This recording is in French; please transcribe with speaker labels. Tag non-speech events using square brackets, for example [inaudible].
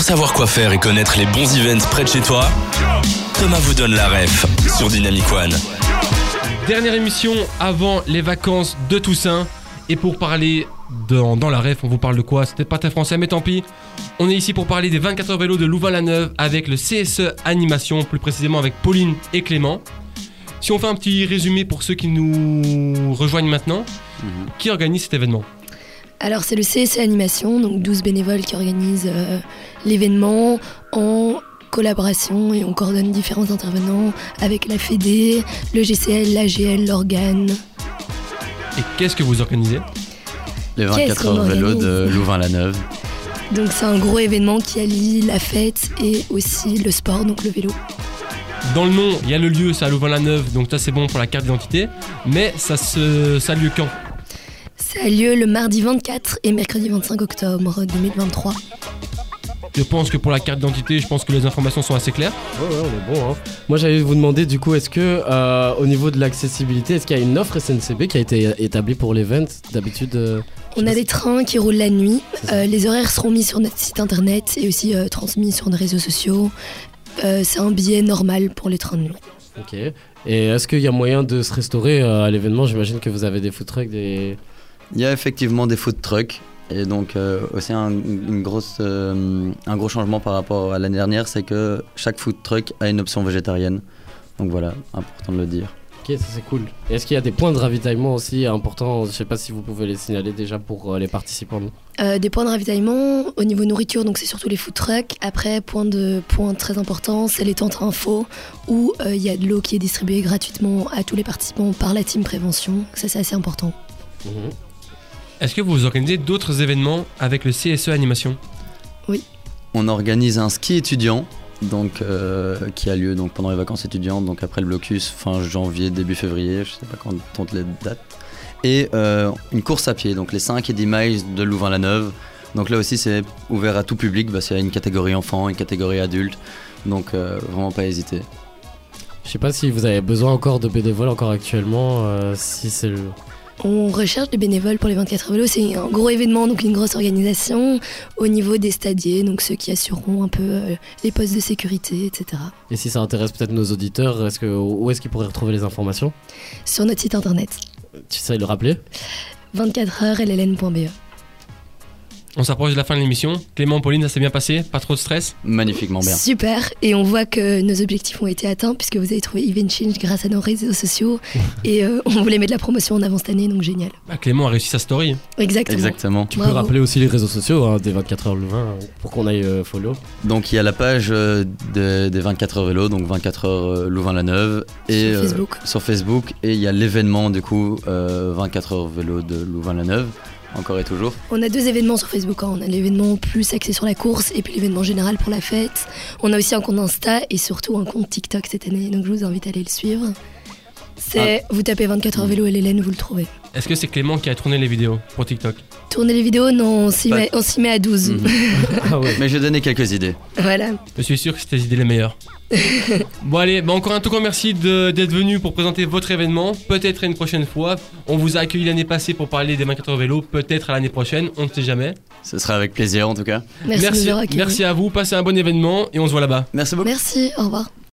Speaker 1: savoir quoi faire et connaître les bons events près de chez toi, Thomas vous donne la ref sur Dynamic One.
Speaker 2: Dernière émission avant les vacances de Toussaint. Et pour parler dans, dans la ref, on vous parle de quoi C'était pas très français, mais tant pis. On est ici pour parler des 24 heures vélo de Louvain-la-Neuve avec le CSE Animation, plus précisément avec Pauline et Clément. Si on fait un petit résumé pour ceux qui nous rejoignent maintenant, qui organise cet événement
Speaker 3: Alors c'est le CSC Animation, donc 12 bénévoles qui organisent euh, l'événement en collaboration et on coordonne différents intervenants avec la FEDE, le GCL, l'AGL, l'Organe.
Speaker 2: Et qu'est-ce que vous organisez
Speaker 4: Les
Speaker 3: Qu'est-ce
Speaker 4: 24
Speaker 3: qu'on
Speaker 4: heures vélo
Speaker 3: organise
Speaker 4: de Louvain-la-Neuve.
Speaker 3: Donc c'est un gros événement qui allie la fête et aussi le sport, donc le vélo.
Speaker 2: Dans le nom, il y a le lieu, c'est à Louvain-la-Neuve, donc ça c'est bon pour la carte d'identité. Mais ça se ça a lieu quand
Speaker 3: Ça a lieu le mardi 24 et mercredi 25 octobre 2023.
Speaker 2: Je pense que pour la carte d'identité, je pense que les informations sont assez claires.
Speaker 5: Ouais, ouais, on est bon. Hein. Moi, j'allais vous demander, du coup, est-ce que, euh, au niveau de l'accessibilité, est-ce qu'il y a une offre SNCB qui a été établie pour l'event D'habitude, euh,
Speaker 3: On a des trains qui roulent la nuit. Euh, les horaires seront mis sur notre site internet et aussi euh, transmis sur nos réseaux sociaux. Euh, c'est un billet normal pour les trains de nuit.
Speaker 5: ok. Et est-ce qu'il y a moyen de se restaurer euh, à l'événement J'imagine que vous avez des food trucks, des.
Speaker 4: Il y a effectivement des food trucks. Et donc, euh, aussi, un, une grosse, euh, un gros changement par rapport à l'année dernière, c'est que chaque food truck a une option végétarienne. Donc voilà, important de le dire.
Speaker 5: Ok, ça c'est cool. Et est-ce qu'il y a des points de ravitaillement aussi importants Je sais pas si vous pouvez les signaler déjà pour euh, les participants.
Speaker 3: Euh, des points de ravitaillement au niveau nourriture, donc c'est surtout les food trucks. Après, point de point très important, c'est les tentes info où euh, il y a de l'eau qui est distribuée gratuitement à tous les participants par la team prévention. Ça c'est assez important.
Speaker 5: Mhm.
Speaker 2: Est-ce que vous organisez d'autres événements avec le CSE Animation
Speaker 4: On organise un ski étudiant donc, euh, qui a lieu donc, pendant les vacances étudiantes, donc après le blocus, fin janvier, début février, je sais pas quand on les dates. Et euh, une course à pied, donc les 5 et 10 miles de Louvain-la-Neuve. Donc là aussi, c'est ouvert à tout public, parce qu'il y a une catégorie enfant, une catégorie adulte. Donc euh, vraiment pas hésiter.
Speaker 5: Je sais pas si vous avez besoin encore de bénévoles encore actuellement, euh, si c'est le.
Speaker 3: On recherche des bénévoles pour les 24 vélos. C'est un gros événement, donc une grosse organisation au niveau des stadiers, donc ceux qui assureront un peu euh, les postes de sécurité, etc.
Speaker 5: Et si ça intéresse peut-être nos auditeurs, est-ce que où est-ce qu'ils pourraient retrouver les informations
Speaker 3: Sur notre site internet
Speaker 5: Tu sais le rappeler
Speaker 3: 24heureslln.be.
Speaker 2: On s'approche de la fin de l'émission. Clément, Pauline, ça s'est bien passé Pas trop de stress
Speaker 4: Magnifiquement bien.
Speaker 3: Super, et on voit que nos objectifs ont été atteints puisque vous avez trouvé Even Change grâce à nos réseaux sociaux et euh, on voulait mettre de la promotion en avant cette année, donc génial.
Speaker 2: Bah, Clément a réussi sa story.
Speaker 3: Exactement.
Speaker 4: Exactement.
Speaker 5: Tu peux
Speaker 3: Bravo.
Speaker 5: rappeler aussi les réseaux sociaux hein, des 24 heures le 20 hein, pour qu'on aille euh, follow.
Speaker 4: Donc il y a la page euh, des, des 24 heures vélo, donc 24 heures euh, Louvain-la-Neuve. Et
Speaker 3: Sur
Speaker 4: euh,
Speaker 3: Facebook.
Speaker 4: sur Facebook. Et il y a l'événement du coup euh, 24 heures vélo de Louvain-la-Neuve, encore et toujours.
Speaker 3: On a deux événements sur Facebook. hein. On a l'événement plus axé sur la course et puis l'événement général pour la fête. On a aussi un compte Insta et surtout un compte TikTok cette année, donc je vous invite à aller le suivre. C'est vous tapez 24 heures vélo et l'Hélène, vous le trouvez.
Speaker 2: Est-ce que c'est Clément qui a tourné les vidéos pour TikTok
Speaker 3: Tournez les vidéos, non, on s'y
Speaker 4: Pas-
Speaker 3: met, on s'y met à 12.
Speaker 4: Mhm.
Speaker 5: Ah ouais.
Speaker 4: Mais je vais donner quelques idées.
Speaker 3: [laughs] voilà.
Speaker 2: Je suis sûr que c'était les idées les
Speaker 3: [laughs]
Speaker 2: meilleures. bon allez, bah encore un tout grand merci de- d'être venu pour présenter votre événement. Peut-être à une prochaine fois. On vous a accueilli l'année passée pour parler des 24 heures vélo. Peut-être à l'année prochaine, on ne sait jamais.
Speaker 4: Ce sera avec plaisir en tout cas.
Speaker 3: Merci, de nous avoir accueillis.
Speaker 2: merci à vous, passez un bon événement et on se voit là-bas.
Speaker 4: Merci beaucoup.
Speaker 3: Merci, au revoir.